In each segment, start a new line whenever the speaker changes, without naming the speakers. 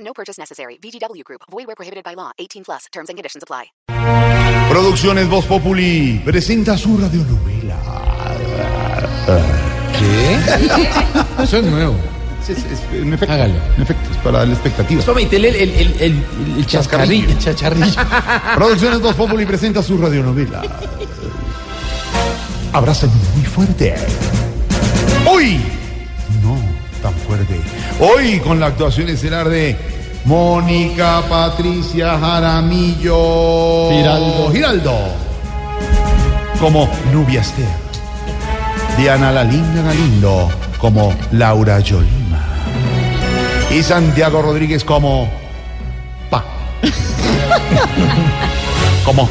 No purchase necessary. VGW Group. Void where prohibited by law. 18 plus. Terms and conditions apply.
Producciones Voz Populi presenta su radionovela.
Eso es nuevo.
Es, es- es- en efecto,
Hágalo.
en efecto, es para la expectativa.
Métele el, el, el, el, el
Chascarrillo.
chascarrillo, el chacharrillo.
Producciones Voz Populi presenta su radionovela. Abrázame muy fuerte. Hoy, no tan fuerte. Hoy con la actuación estelar de Mónica Patricia Jaramillo
Giraldo.
Giraldo. Como Nubia Esther. Diana Lalinda Galindo como Laura Yolima. Y Santiago Rodríguez como Pa. como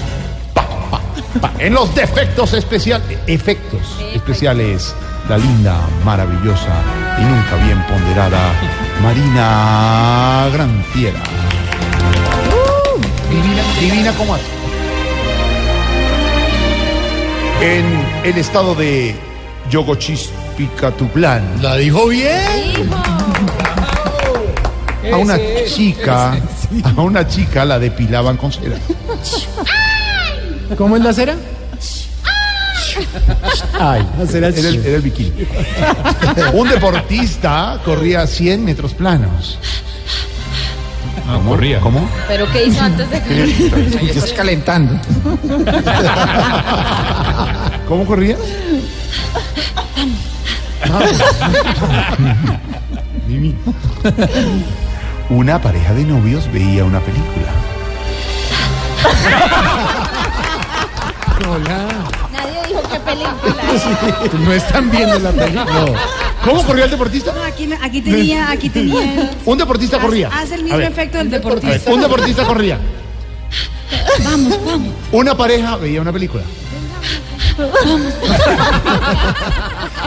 Pa, Pa, Pa. En los defectos especiales, efectos especiales, la linda, maravillosa y nunca bien ponderada Marina Granciera. Uh, divina, divina como hace. En el estado de Yogochispicatuplán.
La Ah, dijo bien.
A una chica, a una chica la depilaban con cera.
¿Cómo es la cera? Ay, la cera
Era Ah, el, era el bikini. Un deportista corría 100 metros planos. ¿Cómo? Ah, corría. ¿Cómo?
¿Pero qué hizo antes de que
Estás calentando.
¿Cómo corría? Mimi. Una pareja de novios veía una película.
Nadie dijo qué película.
No están viendo la película.
¿Cómo corría el deportista?
No, aquí, me- aquí tenía, aquí tenía.
Un deportista corría.
Hace, hace el
A
mismo
ver.
efecto del
A ver,
deportista.
un deportista corría. Vamos, vamos. Una pareja veía una película.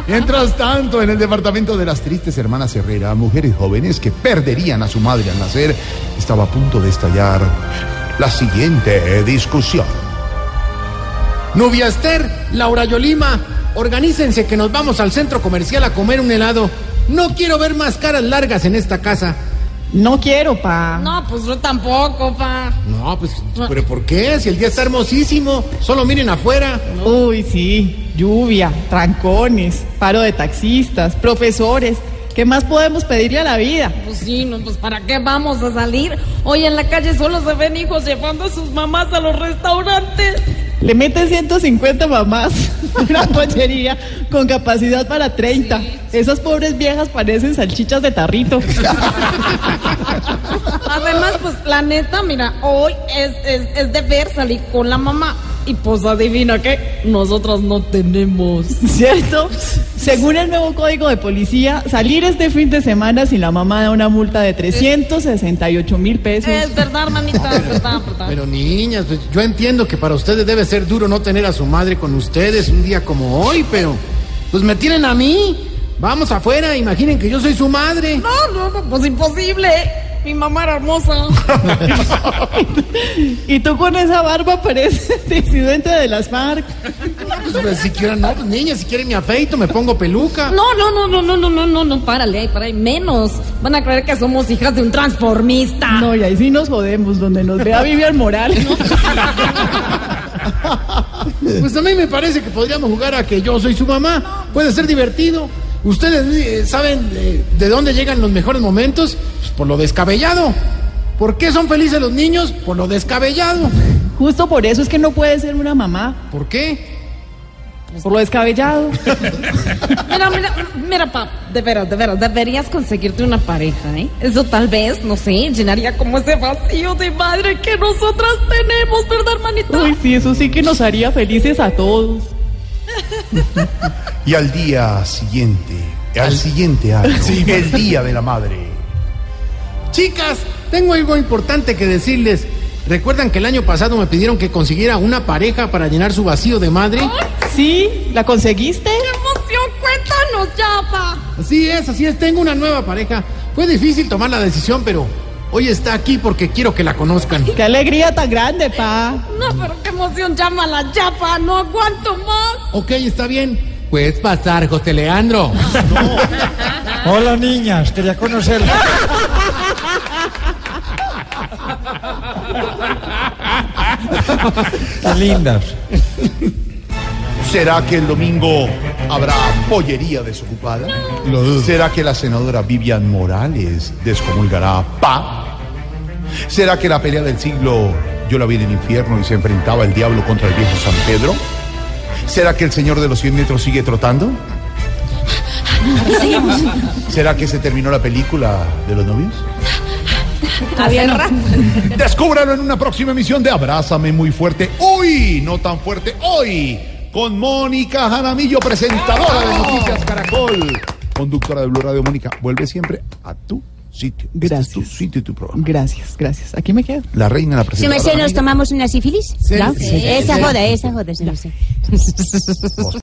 Mientras tanto, en el departamento de las tristes hermanas Herrera, mujeres jóvenes que perderían a su madre al nacer, estaba a punto de estallar la siguiente discusión.
Nubia Esther, Laura Yolima, organícense que nos vamos al centro comercial a comer un helado. No quiero ver más caras largas en esta casa.
No quiero, pa.
No, pues yo tampoco, pa.
No, pues, ¿pero por qué? Si el día está hermosísimo, solo miren afuera.
Uy, sí. Lluvia, trancones, paro de taxistas, profesores. ¿Qué más podemos pedirle a la vida?
Pues sí, no, pues ¿para qué vamos a salir? Hoy en la calle solo se ven hijos llevando a sus mamás a los restaurantes.
Le meten 150 mamás a una pollería con capacidad para 30. Esas pobres viejas parecen salchichas de tarrito.
Además, pues la neta, mira, hoy es, es, es deber salir con la mamá. Y pues adivina qué, nosotras no tenemos.
¿Cierto? Según el nuevo código de policía, salir este fin de semana sin la mamá da una multa de 368 mil pesos.
Es verdad, hermanita, es verdad, verdad.
Pero niñas, pues, yo entiendo que para ustedes debe ser duro no tener a su madre con ustedes un día como hoy, pero pues me tienen a mí. Vamos afuera, imaginen que yo soy su madre.
No, no, no, pues imposible. Mi mamá era hermosa.
Y tú con esa barba pareces disidente de las FARC.
Pues, pues, si quieren, no, pues, niñas, si quieren me afeito, me pongo peluca.
No, no, no, no, no, no, no, no, no, párale, ahí, para ahí, menos. Van a creer que somos hijas de un transformista.
No, y ahí sí nos jodemos, donde nos vea Vivian Morales.
Pues a mí me parece que podríamos jugar a que yo soy su mamá. Puede ser divertido. Ustedes eh, saben eh, de dónde llegan los mejores momentos, Pues, por lo descabellado. ¿Por qué son felices los niños? Por lo descabellado.
Justo por eso es que no puede ser una mamá,
¿Por qué?
por lo descabellado.
Mira, mira, mira, pap, de veras, de veras, deberías conseguirte una pareja, ¿eh? Eso tal vez, no sé, llenaría como ese vacío de madre que nosotras tenemos, ¿verdad, hermanita?
Uy, sí, eso sí que nos haría felices a todos.
Y al día siguiente, al siguiente año, el día de la madre.
Chicas, Tengo algo importante que decirles. ¿Recuerdan que el año pasado me pidieron que consiguiera una pareja para llenar su vacío de madre?
¿Sí? ¿La conseguiste?
¡Qué emoción! ¡Cuéntanos, ya, pa!
Así es, así es, tengo una nueva pareja. Fue difícil tomar la decisión, pero hoy está aquí porque quiero que la conozcan.
¡Qué alegría tan grande, pa!
No, pero qué emoción, llámala ya, pa. No aguanto más.
Ok, está bien. Puedes Pues pasar, José Leandro.
Hola niñas, quería conocerla. Qué lindas.
¿Será que el domingo habrá pollería desocupada? Lo dudo. ¿Será que la senadora Vivian Morales descomulgará a PA? ¿Será que la pelea del siglo yo la vi en el infierno y se enfrentaba el diablo contra el viejo San Pedro? ¿Será que el señor de los 100 metros sigue trotando? Ah, ¿Será que se terminó la película de los novios? Descúbralo en una próxima emisión de Abrázame muy fuerte. Hoy, no tan fuerte, hoy, con Mónica Jaramillo, presentadora de Noticias Caracol, conductora de Blue Radio. Mónica, vuelve siempre a tu sitio. Este es
Gracias.
tu sitio y tu programa.
Gracias, gracias. Aquí me quedo.
La reina la presenta.
nos tomamos una sífilis?
Sí,
¿No?
sí, sí.
esa joda, esa joda, se me hace.